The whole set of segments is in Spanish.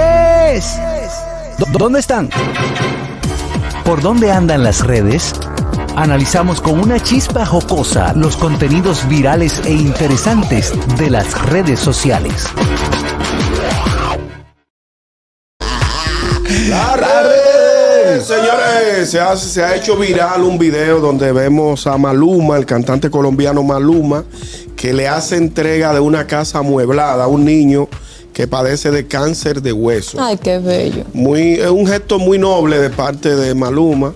es? ¿Dónde están? ¿Por dónde andan las redes? Analizamos con una chispa jocosa los contenidos virales e interesantes de las redes sociales. La red, Señores, se ha, se ha hecho viral un video donde vemos a Maluma, el cantante colombiano Maluma, que le hace entrega de una casa amueblada a un niño que padece de cáncer de hueso. Ay, qué bello. Muy, es un gesto muy noble de parte de Maluma.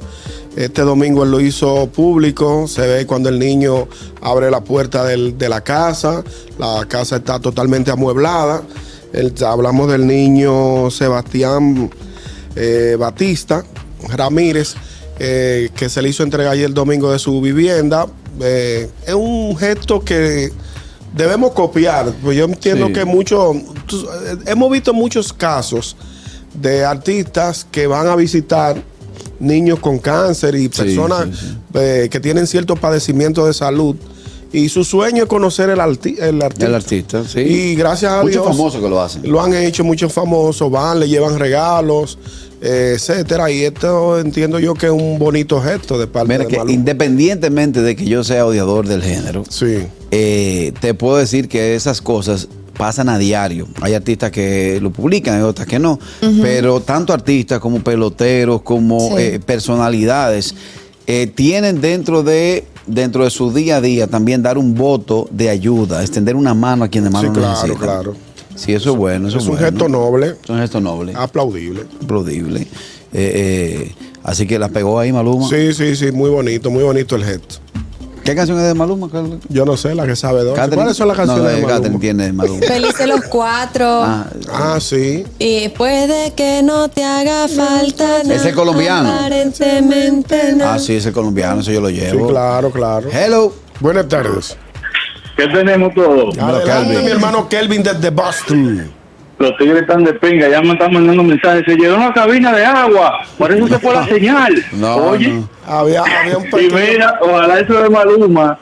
Este domingo él lo hizo público. Se ve cuando el niño abre la puerta del- de la casa. La casa está totalmente amueblada. El- hablamos del niño Sebastián eh, Batista Ramírez, eh, que se le hizo entrega ayer el domingo de su vivienda. Eh, es un gesto que debemos copiar. Pues yo entiendo Sí. que muchos, hemos visto muchos casos de artistas que van a visitar niños con cáncer y personas sí, sí. eh, que tienen ciertos padecimientos de salud. Y su sueño es conocer el, arti- el artista. El artista, sí. Y gracias a Muchos Dios. famosos que lo hacen. Lo han hecho muchos famosos, van, le llevan regalos, eh, etcétera. Y esto entiendo yo que es un bonito gesto de parte Mira de que Maluma. independientemente de que yo sea odiador del género, Sí. eh, te puedo decir que esas cosas pasan a diario. Hay artistas que lo publican, hay otras que no. Pero tanto artistas como peloteros, como Sí. eh, personalidades, eh, tienen dentro de dentro de su día a día también dar un voto de ayuda, extender una mano a quien de mano Sí, claro, necesita. claro. Sí, eso es bueno. Eso es es un bueno. gesto noble, Es un gesto noble, aplaudible. aplaudible. Eh, eh, así que la pegó ahí Maluma. Sí, sí, sí, muy bonito, muy bonito el gesto. ¿Qué canción es de Maluma, Carlos? Yo no sé, la que sabe dónde. Catherine- ¿Cuáles son las canciones no, de eh, Maluma? Catherine tiene de Maluma. Felices los cuatro. Ah, Ah, sí. Y puede que no te haga falta nada. Ese es colombiano. Aparentemente no. ah, sí, ese colombiano, eso yo lo Sí, llevo. claro, claro. Hello. Buenas tardes. ¿Qué tenemos todos? Dímelo, Adelante, Kelvin. mi hermano Kelvin desde Boston. Los tigres están de pinga, ya me están mandando mensajes. Se llenó la cabina de agua, por eso se fue la señal. No, Oye, no. Había, había un y pequeño- mira, ojalá eso de Maluma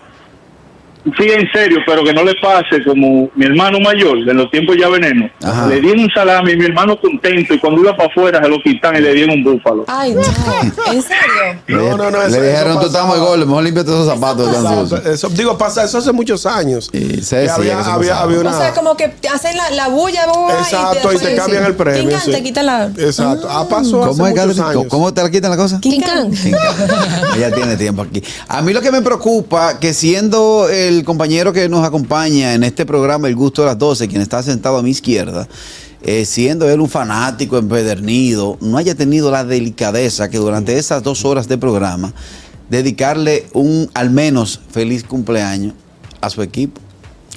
siga en serio, pero que no le pase como mi hermano mayor, de los tiempos ya veneno. Ajá. Le dieron un salami, mi hermano contento, y cuando iba para afuera se lo quitan y le dieron un búfalo. Ay, no. ¿En serio? No, no, no, Le eso- dijeron, eso tú estás muy pasaba. gol, mejor límpiate esos zapatos tan Exacto, sucios. Eso, digo, pasa eso hace muchos años. Y sí, sí, Que que había, eso había, pasaba. había una. O sea, como que te hacen la, la bulla, boba, Exacto, y después te dicen, cambian el premio. "Kinkan", sí. te quita la. Mm. Exacto. Ah, pasó ¿Cómo, es, hace muchos Catherine? años. ¿Cómo te la quitan la cosa? Kinkan. Ella tiene tiempo aquí. A mí lo que me preocupa, que siendo el compañero que nos acompaña en este programa El Gusto de las 12, quien está sentado a mi izquierda, eh, siendo él un fanático empedernido, no haya tenido la delicadeza que durante esas dos horas de programa, dedicarle un al menos feliz cumpleaños a su equipo.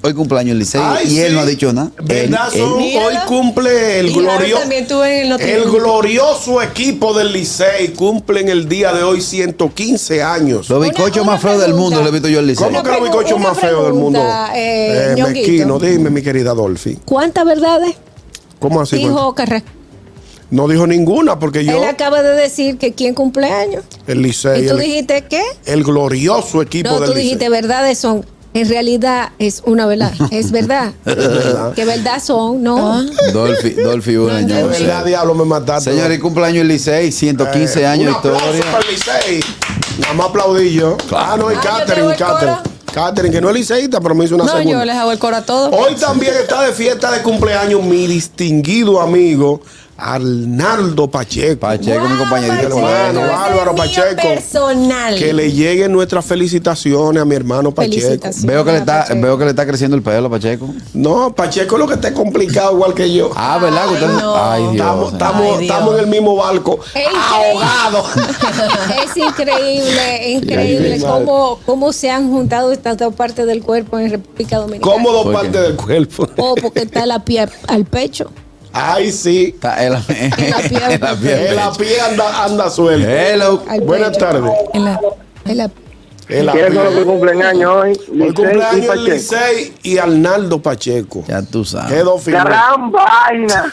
Hoy cumpleaños el Licey Ay, y él sí. no ha dicho nada. Él- ¿Verdad, él- Son? Míralo. Hoy cumple el Y Harold glorioso. también tuvo en el otro El grupo. glorioso equipo del Licey cumple en el día de hoy 115 años. los bizcochos una más feos del pregunta. mundo lo he visto yo al Licey. ¿Cómo que Una los bizcochos pregu- más una feos del mundo? pregunta, eh, Ñonguito. mezquino, dime, mi querida Dolphy. ¿Cuántas verdades ¿Cómo así? dijo Carrasco? pues? No dijo ninguna, porque yo, Él acaba de decir que quién cumpleaños. el Licey, y tú el, dijiste que. el glorioso equipo No, del tú Licey. dijiste verdades son. En realidad es una verdad. Es verdad. que verdad son, Ah. ¿no? Dolphy, Dolphy, una De No, ñonga. verdad, diablo, me mataste. Señores, cumpleaños el Licey, 115 Ah, Eh, años de un aplauso historia. para el Licey. Nada más aplaudí yo. Ah, no, y Ah, yo Catherine, tengo el Catherine. coro. Catherine, que no Oh, es liceísta, pero me hizo una No, yo segunda. les hago el coro a todos. Hoy también está de fiesta de cumpleaños mi distinguido amigo Arnaldo Pacheco. Pacheco, mi compañerito. Pacheco. hermano. Bueno, Álvaro mío Pacheco. Personal. Que le lleguen nuestras felicitaciones a mi hermano Pacheco. Felicitaciones. Veo que, le está, Pacheco. veo que le está creciendo el pelo a Pacheco. No, Pacheco es lo que está complicado igual que yo. Ah, ¿verdad? Que usted- Ay, no. Ay, Dios. Estamos, estamos- Ay, Dios. estamos en el mismo barco. Ey, ahogados. Es increíble, ay, increíble cómo, cómo se han juntado estas dos partes del cuerpo en República Dominicana. Como dos ¿Por qué? partes del cuerpo. O porque está la pie al pecho. Ay, sí. Está en la, pierna. en la pierna. El pie anda, anda suelto. Hello. Al Buenas pecho. tardes. En la, en la- El ¿Quiénes son los que apellido. cumplen años hoy? Hoy Licey y cumpleaños el Pacheco. Licey y Arnaldo Pacheco. Ya tú sabes. Quedó firme. Gran vaina.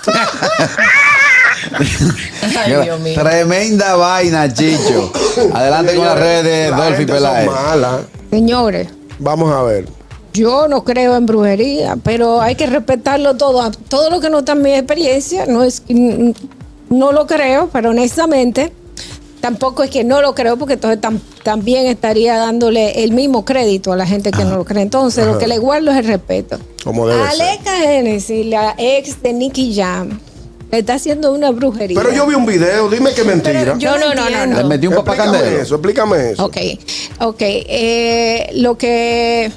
Ay, Dios mío. Tremenda vaina, Chicho. Adelante con las redes, La Dolphy gente son Peláez. malas. señores, Vamos a ver. yo no creo en brujería, pero hay que respetarlo todo. A- Todo lo que no está en mi experiencia no es. mm, No lo creo, pero honestamente, tampoco es que no lo creo, porque entonces tam- también estaría dándole el mismo crédito a la gente que no lo cree. Entonces, lo Ajá. que le guardo es el respeto. Como debe ser. Aleca Genesis, la ex de Nicky Jam, le está haciendo una brujería. Pero yo vi un video, dime que mentira. Pero yo No, no, no, no, no, entiendo. no. Le metí un explícame papacandero. eso, explícame eso. Ok, ok. Eh, lo que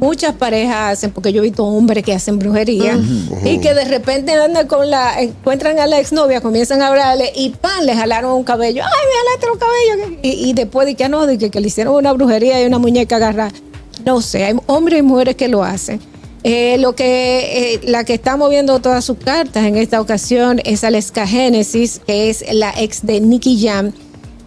muchas parejas hacen, porque yo he visto hombres que hacen brujería y que de repente andan con la, encuentran a la exnovia, comienzan a hablarle y pan, le jalaron un cabello. Ay, me jalaste un cabello. Y, y después de que "Ah, no, de que, que le hicieron una brujería y una muñeca agarrada. No sé, hay hombres y mujeres que lo hacen. Eh, lo que eh, la que está moviendo todas sus cartas en esta ocasión es Aleska Genesis, que es la ex de Nicky Jam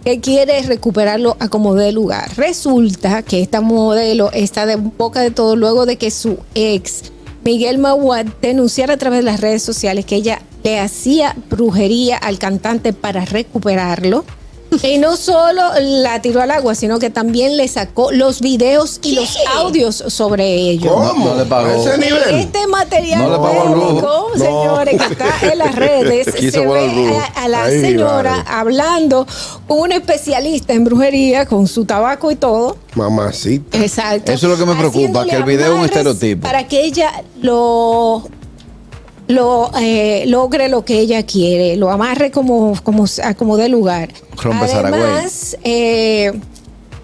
que quiere recuperarlo a como dé lugar. Resulta que esta modelo está de boca de todo luego de que su ex, Miguel Mawad, denunciara a través de las redes sociales que ella le hacía brujería al cantante para recuperarlo. Y no solo la tiró al agua, sino que también le sacó los videos y los audios sobre ello. ¿Cómo? No le pagó. A ese nivel. Este material No le pagó al brujo. público, No. señores, que está en las redes, Quiso se volar al ve brujo. a, a la Ay, señora vale. hablando con un especialista en brujería, con su tabaco y todo. Mamacita. Exacto. Eso es lo que me preocupa, que el video es un Haciéndole amarres estereotipo. Para que ella lo lo eh, logre lo que ella quiere, lo amarre como como a como de lugar. Rompe Saragüey. Además, eh,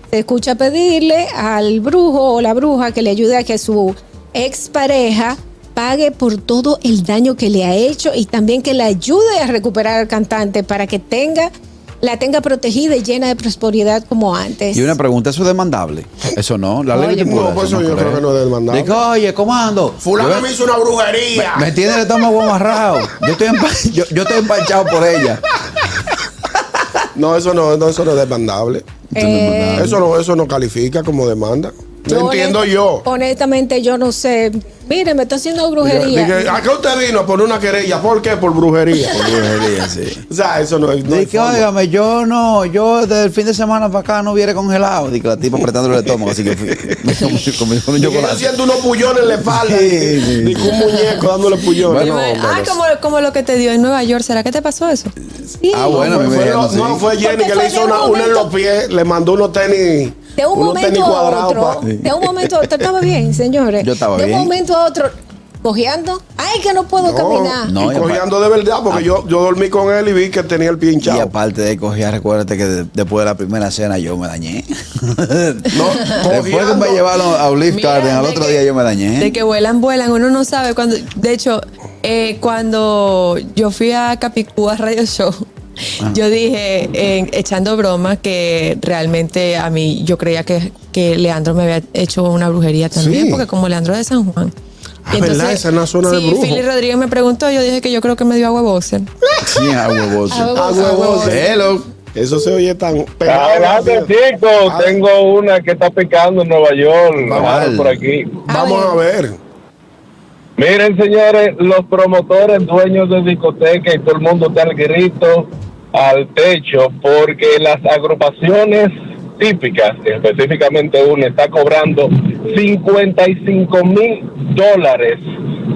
se escucha pedirle al brujo o la bruja que le ayude a que su expareja pague por todo el daño que le ha hecho y también que le ayude a recuperar al cantante para que tenga la tenga protegida y llena de prosperidad como antes. Y una pregunula, ¿eso es demandable? Eso no, la ley Oye. estipula No, pues eso yo creo que no es demandable. Digo, oye, comando. Fulano yo- me hizo una brujería. Me tiene el estómago amarrado. Yo estoy, empa- yo, yo estoy empanchado por ella. No, eso no, no, eso no es demandable. Eh, Eso no, eso no califica como demanda. No entiendo honest- yo. Honestamente, yo no sé. Mire, me está haciendo brujería. Dije, ¿A qué usted vino a poner una querella? ¿Por qué? Por brujería. Por brujería, sí. o sea, eso no es. No hay Dije, forma. óigame, yo no, yo desde el fin de semana para acá no hubiera congelado. Dije, la tipa apretándole el estómago, así que fui, me comí- comí con un Dije, yo chocolate. siento unos pullones en la espalda. Sí, dije, sí, dije, un muñeco dándole pullones. Bueno, no, hombre, Ah, como, como lo que te dio en Nueva York. ¿Será que te pasó eso? Ah, bueno, me fue, fue- dijeron, sí. no, fue Jenny Porque que fue le de hizo un una, una en momento- los pies, le mandó unos tenis, De un unos tenis momento a cuadrados. otro, pa- de un momento a otro, estaba bien, señores. Yo estaba de bien. un momento a otro, cojeando. Ay, que no puedo caminar. y No, y aparte- cojeando de verdad, porque yo, yo dormí con él y vi que tenía el pie Y hinchado. aparte de coger, recuérdate que de- después de la primera cena yo me dañé. después que cojeando. me llevaron a Olive Mira, Garden, al de otro que- día yo me dañé. De que vuelan, vuelan. Uno no sabe cuando. De hecho, eh, cuando yo fui a Capicúa Radio Show, Ah. yo dije, eh, echando broma, que realmente a mí yo creía que, que Leandro me había hecho una brujería también, Sí. porque como Leandro es de San Juan. Ah, ¿verdad? Esa es una zona de sí, brujo. Philly Rodríguez me preguntó, yo dije que yo creo que me dio agua boxer. Sí, a huevos. Ah, huevos. Hello. Eso se oye tan pegado. Adelante, chico. Ah. Tengo una que está picando en Nueva York. Ah, Claro, vale. por aquí. Vamos a ver. Miren, señores, los promotores, dueños de discoteca y todo el mundo está al grito, al techo, porque las agrupaciones típicas, específicamente una, está cobrando 55 mil dólares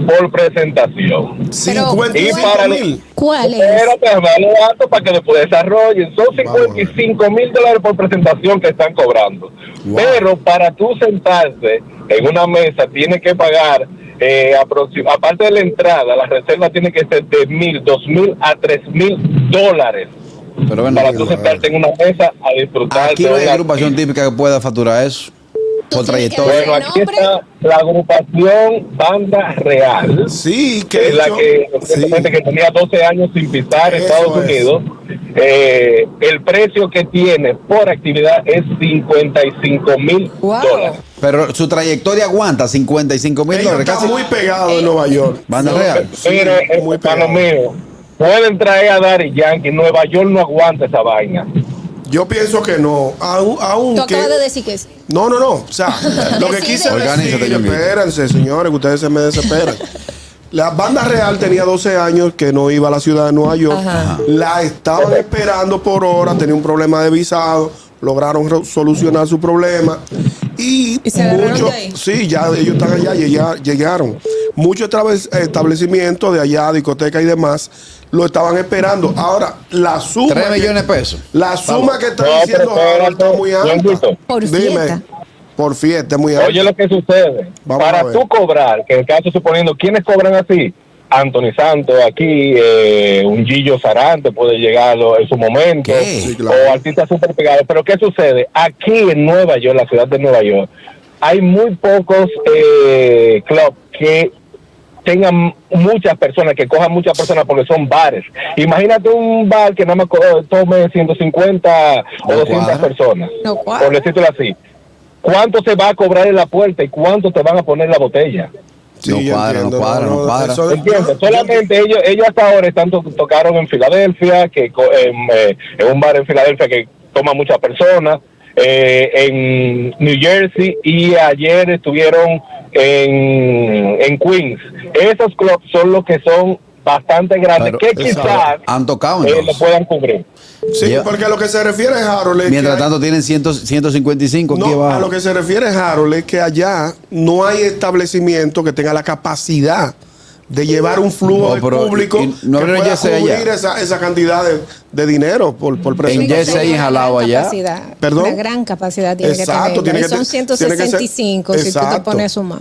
por presentación. 55 para- mil. ¿Cuál es? Pero te van los datos para que después desarrollen. Son 55 mil dólares por presentación que están cobrando. Pero para tú sentarse en una mesa tienes que pagar, eh, aproxim- aparte de la entrada, la reserva tiene que ser de mil, dos mil a tres mil dólares. Pero ven Para acá. tú sentarte en una mesa a disfrutar. Aquí de no hay una- agrupación típica que pueda facturar eso. Por tienes que trayectoria. Bueno, aquí nombre? está la agrupación Banda Real. Sí, que es la yo- que, sí. recientemente, que tenía 12 años sin pisar Eso Estados es. Unidos. Eh, el precio que tiene por actividad es 55 mil Wow. dólares. Pero su trayectoria aguanta 55 mil Ella dólares. está Casi. muy pegado en Nueva York. Banda Eh, No, real. sí, Mire, muy eh, hermano pegado. mío, pueden traer a Daddy Yankee. Nueva York no aguanta esa vaina. Yo pienso que no. Aún- Tú Aunque. acabas de decir que sí. No, no, no. O sea, lo que Decide. quise Organízate, decir, Ñonguito. espérense, señores, que ustedes se me desesperan. La banda real tenía 12 años que no iba a la ciudad de Nueva York. Ajá. La estaban esperando por horas, tenía un problema de visado, lograron re- solucionar su problema. Y, ¿Y se agarraron de ahí? sí, ya ellos están allá, llega- llegaron. muchos establec- establecimientos de allá, discotecas y demás, lo estaban esperando. Ahora, la suma. 3 que- millones de pesos. La suma que está No, diciendo pero Harold está espérate, muy alta. Juanquito. Por fiesta. Por fiesta, es muy alta. Oye lo que sucede. Vamos a Para ver. tú cobrar, que en el caso suponiendo, ¿quiénes cobran así? Anthony Santos aquí, eh, un Gillo Sarante puede llegarlo en su momento, ¿Qué? Sí, claro. o artistas súper pegados. Pero ¿qué sucede? Aquí en Nueva York, la ciudad de Nueva York, hay muy pocos eh, clubs que tengan muchas personas, que cojan muchas personas porque son bares. Imagínate un bar que nada más co- tome 150 o No 200 cuadra. personas, No cuadra. por decirlo así. ¿Cuánto se va a cobrar en la puerta y cuánto te van a poner en la botella? Sí, No yo cuadra, no cuadra, Pues, no cuadra. eso es- ¿Entiendes? yo- Solamente ellos, ellos hasta ahora están to- tocaron en Filadelfia, que co- en, eh, en un bar en Filadelfia que toma muchas personas, eh, en New Jersey y ayer estuvieron en, en Queens. Esos clubs son los que son bastante grandes, Pero, que quizás exacto. Han tocado eh, lo entonces. puedan cubrir. Sí, Yo- porque a lo que se refiere Harold es Mientras que- tanto tienen 100 155 aquí No, abajo. a lo que se refiere Harold es que allá no hay establecimiento que tenga la capacidad de llevar un flujo No, de pero, público y- y no que abrieron pueda Yese allá. cubrir esa, esa cantidad de, de dinero por, por En presentación. Yese y Jalao Una gran allá. capacidad, ¿Perdón? Una gran capacidad tiene que tener. Exacto, tiene Y que son te- tiene que ser- 165 si tú te Exacto. pones a sumar.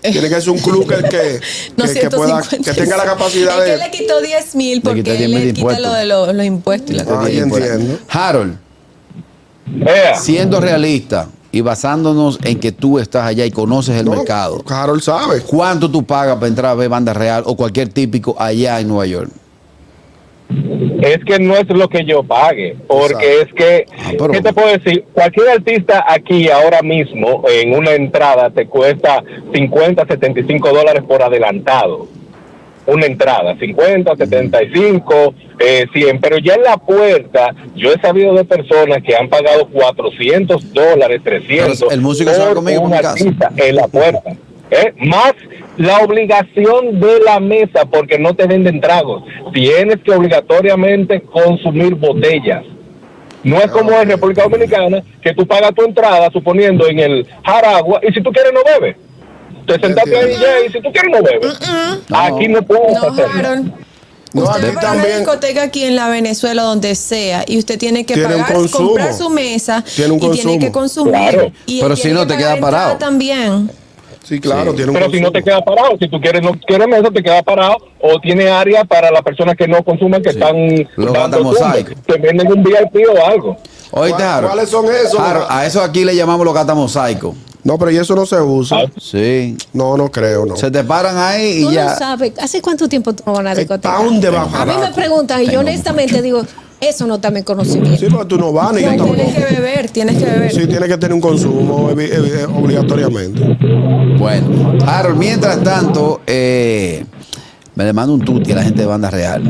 Tiene que ser un club que, que, No, que- que pueda, que tenga la capacidad Es que él de... le quitó 10 mil Le quitó porque 10.000 él de le quita impuestos. lo de los, los impuestos. y la- Ah, ya entiendo. Ah. Harold, Vea, siendo realista y basándonos en que tú estás allá y conoces el No, pues. mercado, Harold sabe. ¿cuánto tú pagas para entrar a ver banda real o cualquier típico allá en Nueva York? es que no es lo que yo pague, porque es que, Ah, pero- ¿qué te puedo decir? Cualquier artista aquí ahora mismo en una entrada te cuesta 50, 75 dólares por adelantado. Una entrada, 50, 75, eh, 100, pero ya en la puerta yo he sabido de personas que han pagado 400 dólares, 300. Pero el músico se va por conmigo un para mi casa. artista en la puerta. ¿eh? Más la obligación de la mesa, porque no te venden tragos. Tienes que obligatoriamente consumir botellas. No es como en República Dominicana, que tú pagas tu entrada, suponiendo en el Jaragua, y si tú quieres no bebes. Te sentaste ahí ya, y si tú quieres no bebes. Aquí no puedes No, hacerlo. Harold. No, Usted aquí Usted va a una Ah, también... discoteca aquí en la Venezuela, donde sea, y usted tiene que Tiene un pagar, consumo. comprar su mesa Tiene un y tiene que consumo. consumir. Claro. Y Pero él si tiene no, que te pagar queda entrada parado. también. Sí, claro, tiene un Pero si no te consumo. queda parado, si tú quieres no quieres mesa, te queda parado o tiene área para las personas que no consumen, que Sí. están Los dando gatos tumbe. mosaico. te venden un VIP o algo. Oíste, ¿Cuál- Harold. cuáles son esos? Harold, a eso aquí le llamamos los gatos mosaico. No, pero y eso no se usa. Ah. Sí. No, no creo, no. Se te paran ahí Tú y no ya. sabes, ¿hace cuánto tiempo tú no vas a una discoteca? Está un de A mí me bajaraco. preguntan y yo honestamente digo, eso no está en mi conocimiento. Sí, porque tú no vas ni yo Tienes tampoco. que beber, tienes que beber. Sí, tiene que tener un consumo evi- evi- eh, obligatoriamente. Bueno, Harold, mientras tanto, eh, me le mando un tuti a la gente de banda real.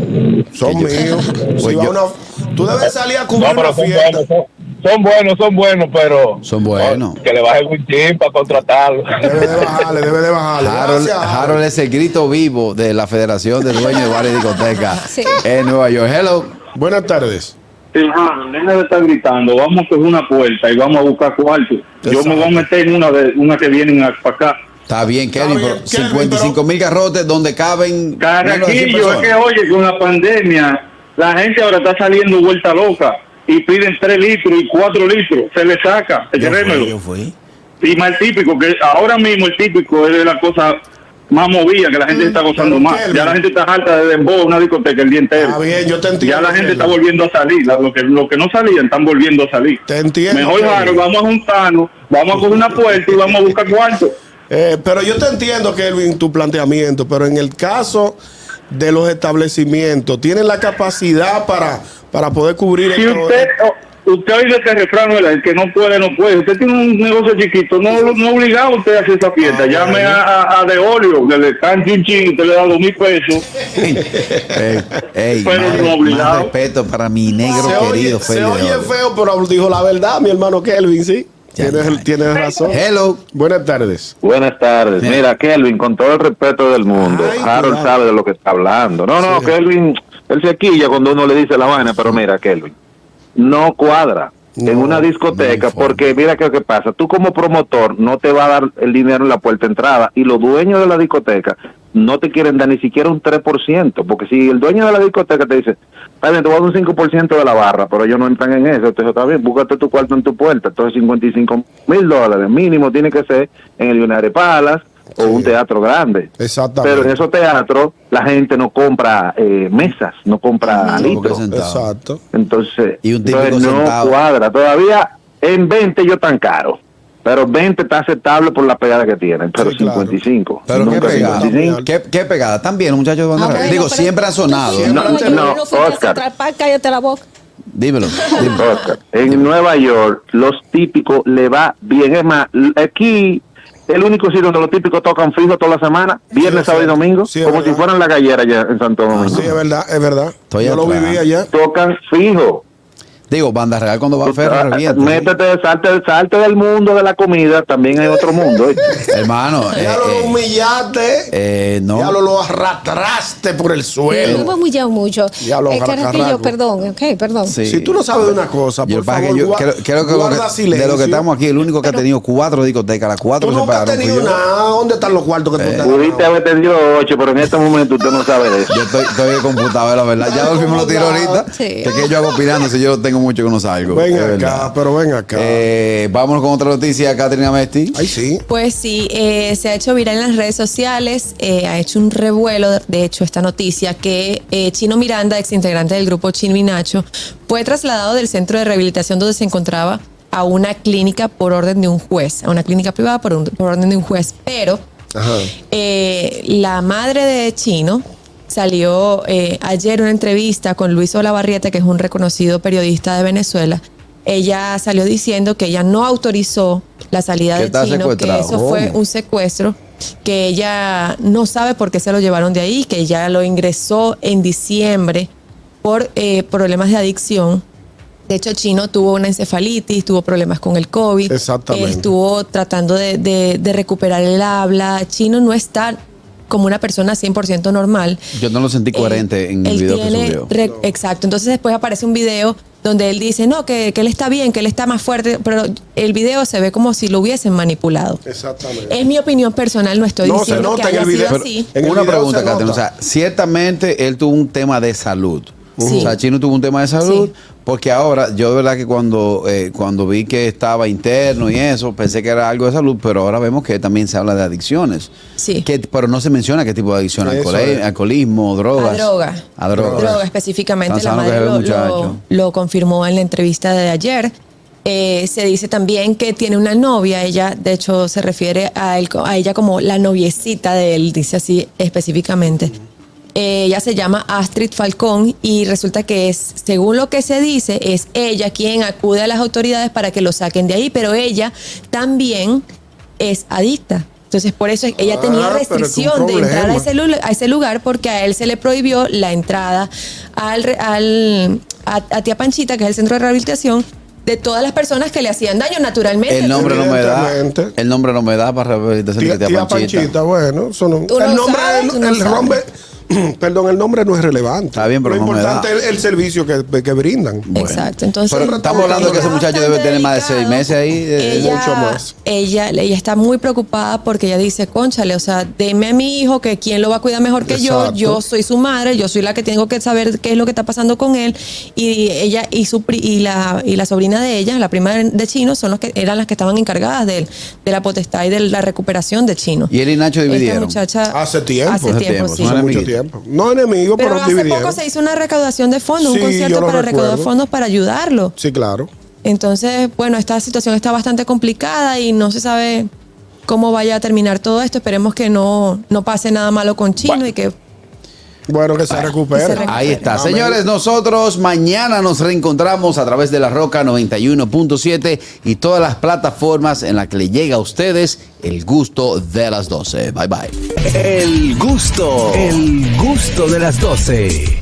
Son Que yo- míos. Si Pues va yo- una- tú debes salir a No, cubrir pero una son fiesta. buenos, son, son buenos, son buenos, pero. Son buenos. Que le bajen un chin para contratarlo. Debe de bajarle, debe de bajarle. Harold, Gracias, Harold es el grito vivo de la Federación de Dueños de Bares y Discotecas Sí. en Nueva York. Hello. Buenas tardes. Sí, Harold, deja de estar gritando, vamos a coger una puerta y vamos a buscar cuarto. Yo me voy a meter en una de una que vienen a- para acá. Está bien, Está Kelly, bien, pero Kelvin, 55 mil carrotes donde caben. menos de cien Carraquillo, es personas. que oye, con la pandemia, la gente ahora está saliendo vuelta loca y piden 3 litros y 4 litros, se le saca, el Yo fui, remedio. yo fui. Y más el típico, que ahora mismo el típico es de la cosa más movida, que la gente está gozando Mm, pero más. Kelvin. Ya la gente está harta de dembow, una discoteca el día entero. Está bien, yo te entiendo, Ya la gente Kelvin. está volviendo a salir, la- lo que, lo que no salían están volviendo a salir. Te entiendo. Mejor, Kelvin. Harold, vamos a juntarnos, vamos a coger una puerta y vamos a buscar cuarto. Eh, pero yo te entiendo, Kelvin, tu planteamiento, pero en el caso de los establecimientos, ¿tienen la capacidad para, para poder cubrir Si esto? usted, o- usted oye este refrán, ¿verdad? el que no puede, no puede. Usted tiene un negocio chiquito, no, lo- no obligado a usted a hacer esa fiesta. Ah, Llame bueno. a, a, a De Olio, que le canche un ching, usted le da dos mil pesos. Ey, ey, Pero madre, no obligado. más respeto para mi negro se querido oye, se Fede oye Oro. feo, pero dijo la verdad, mi hermano Kelvin, sí. Ya, Eh. Tienes, ya. tienes razón. Hello. Buenas tardes. Buenas tardes. Sí. Mira, Kelvin, con todo el respeto del mundo, Ay, Harold cuidado. sabe de lo que está hablando. No, no, Sí. Kelvin, él se quilla cuando uno le dice la vaina, pero mira, Kelvin, no cuadra en No, una no discoteca hay forma. porque mira qué es lo que pasa. Tú como promotor no te va a dar el dinero en la puerta de entrada y los dueños de la discoteca no te quieren dar ni siquiera un 3%, porque si el dueño de la discoteca te dice, está bien, te voy a dar un 5% de la barra, pero ellos no entran en eso, entonces está bien, búscate tu cuarto en tu puerta, entonces 55 mil dólares mínimo tiene que ser en el Lunares Palas Sí. o un teatro grande. Exactamente. Pero en esos teatros la gente no compra eh, mesas, no compra No, porque litros. se- Exacto. Entonces, Y un típico entonces no centavo. cuadra. Todavía en 20 yo tan caro. Pero 20 está aceptable por la pegada que tienen. Pero Sí, claro. 55. Pero qué nunca pega. pegada. 55. Qué, qué pegada. También, los muchachos de Banda Ah, Real. bueno, Digo, pero siempre han tú sonado. siempre No, lo llevas, no, yo fui a Oscar. Central Park, cállate la boca. Dímelo. dímelo. Oscar, en Nueva York, los típicos le va bien. Es más, aquí el único sitio donde los típicos tocan fijo toda la semana, viernes, Sí, sábado y sí. domingo, Sí, es como si verdad. fueran la gallera allá en Santo Domingo. Sí, es verdad, es verdad. Ah. Estoy Yo lo atrás. viví allá. Tocan fijo. Digo, Banda Real cuando va a Ah, Ferro revienta. Métete, salte, salte del mundo de la comida, también hay otro mundo. ¿eh? Hermano, eh, Ya lo eh, humillaste. eh, no. Ya lo arrastraste por el Yo me he suelo. humillado mucho. Ya lo Eh, agarra Carraquillo, carraco. perdón, ok, perdón. Sí. Si tú no sabes de una cosa, por Yo, pasa que favor, yo gua- creo, creo que, lo guarda que- de silencio. lo que estamos aquí, el único que ha tenido cuatro discotecas, las cuatro Tú se nunca has pararon. tenido yo. Eh. nada. ¿Dónde están los cuartos que tú te has Pudiste ganado? haber tenido ocho, pero en este momento usted no sabe de eso. Yo estoy, estoy de computadora, la verdad. Ya Dolphy me lo tiró ahorita. Sí. Es que yo hago opinando, si yo tengo mucho que no salgo. Ven es acá, verdad. pero ven acá. Eh, vámonos con otra noticia, Catrina Mesti. Ay, sí. Pues sí, eh, se ha hecho viral en las redes sociales, eh, ha hecho un revuelo, de hecho, esta noticia que eh, Chino Miranda, ex integrante del grupo Chino y Nacho, fue trasladado del centro de rehabilitación donde se encontraba a una clínica por orden de un juez, a una clínica privada por, un- por orden de un juez, pero Ajá. eh, la madre de Chino salió eh, ayer una entrevista con Luis Olavarriete, que es un reconocido periodista de Venezuela. Ella salió diciendo que ella no autorizó la salida Que de está Chino, que secuestrado. Oh. eso fue ¿Cómo? un secuestro, que ella no sabe por qué se lo llevaron de ahí, que ella lo ingresó en diciembre por eh, problemas de adicción. De hecho, Chino tuvo una encefalitis, tuvo problemas con el COVID. Exactamente. Estuvo tratando de, de- de recuperar el habla. Chino no está como una persona 100% normal. Yo no lo sentí coherente Él- en el Eh, él video que tiene subió. re- Exacto. Entonces después aparece un video donde él dice, no, que, que él está bien, que él está más fuerte, pero el video se ve como si lo hubiesen manipulado. Exactamente. Es mi opinión personal, no estoy No, se diciendo que nota en haya el video, sido pero- así. En el Una video pregunta, se Catherine. O nota. sea, ciertamente él tuvo un tema de salud. Sí. O sea, Chino tuvo un tema de salud. Sí. Porque ahora, yo de verdad que cuando, eh, cuando vi que estaba interno y eso, pensé que era algo de salud, pero ahora vemos que también se habla de adicciones. Sí. Que- pero no se menciona qué tipo de adicción, Eso alcohol- es. alcoholismo, drogas. A droga. A drogas. Droga, específicamente. La Estamos hablando madre lo, que se ve lo- muchacho. lo confirmó en la entrevista de ayer. Eh, se dice también que tiene una novia. Ella, de hecho, se refiere a, él co- a ella como la noviecita de él, dice así específicamente. Eh, ella se llama Astrid Falcón y resulta que es, según lo que se dice, es ella quien acude a las autoridades para que lo saquen de ahí, pero ella también es adicta. Entonces, por eso ella Ah, tenía pero es que un restricción de entrar a problema. ese lu- a ese lugar porque a él se le prohibió la entrada al, re- al- a, a Tía Panchita, que es el centro de rehabilitación, de todas las personas que le hacían daño naturalmente. El nombre no me da. Evidentemente. El nombre no me da para rehabilitación Tía, que te tía Panchita. Panchita. bueno, eso no. Tú no el nombre, sabes, el- tú no el sabes. nombre- perdón, el nombre no es relevante. Está bien, pero Lo no me da. importante es el, el servicio que, que brindan. Bueno. Exacto, entonces- Pero estamos hablando que ese muchacho debe tener más de seis Bastante meses ahí. eh, de- ella, mucho más. Ella, ella está muy preocupada porque ella dice, conchale, o sea, deme a mi hijo que quién lo va a cuidar mejor que yo, Exacto. yo soy su madre, yo soy la que tengo que saber qué es lo que está pasando con él y ella y su pri- y la y la sobrina de ella, la prima de de Chino, son los que eran las que estaban encargadas de él, de la potestad y de la recuperación de Chino. Y él y Nacho Esta dividieron. muchacha- Hace tiempo. hace Hace tiempo, tiempo, sí. son Hace mucho Amiguito. tiempo. No enemigo, pero, Pero hace dividieron. poco se hizo una recaudación de fondos, Sí, un concierto yo lo para recaudar recuerdo. fondos para ayudarlo. Sí, claro. Entonces, bueno, esta situación está bastante complicada y no se sabe cómo vaya a terminar todo esto. Esperemos que no, no pase nada malo con Chino y que Bueno, que se recupere. recupere. Ahí está. Amén. Señores, nosotros mañana nos reencontramos a través de la Roca 91.7 y todas las plataformas en las que le llega a ustedes el gusto de las 12. Bye bye. El gusto, el gusto de las 12.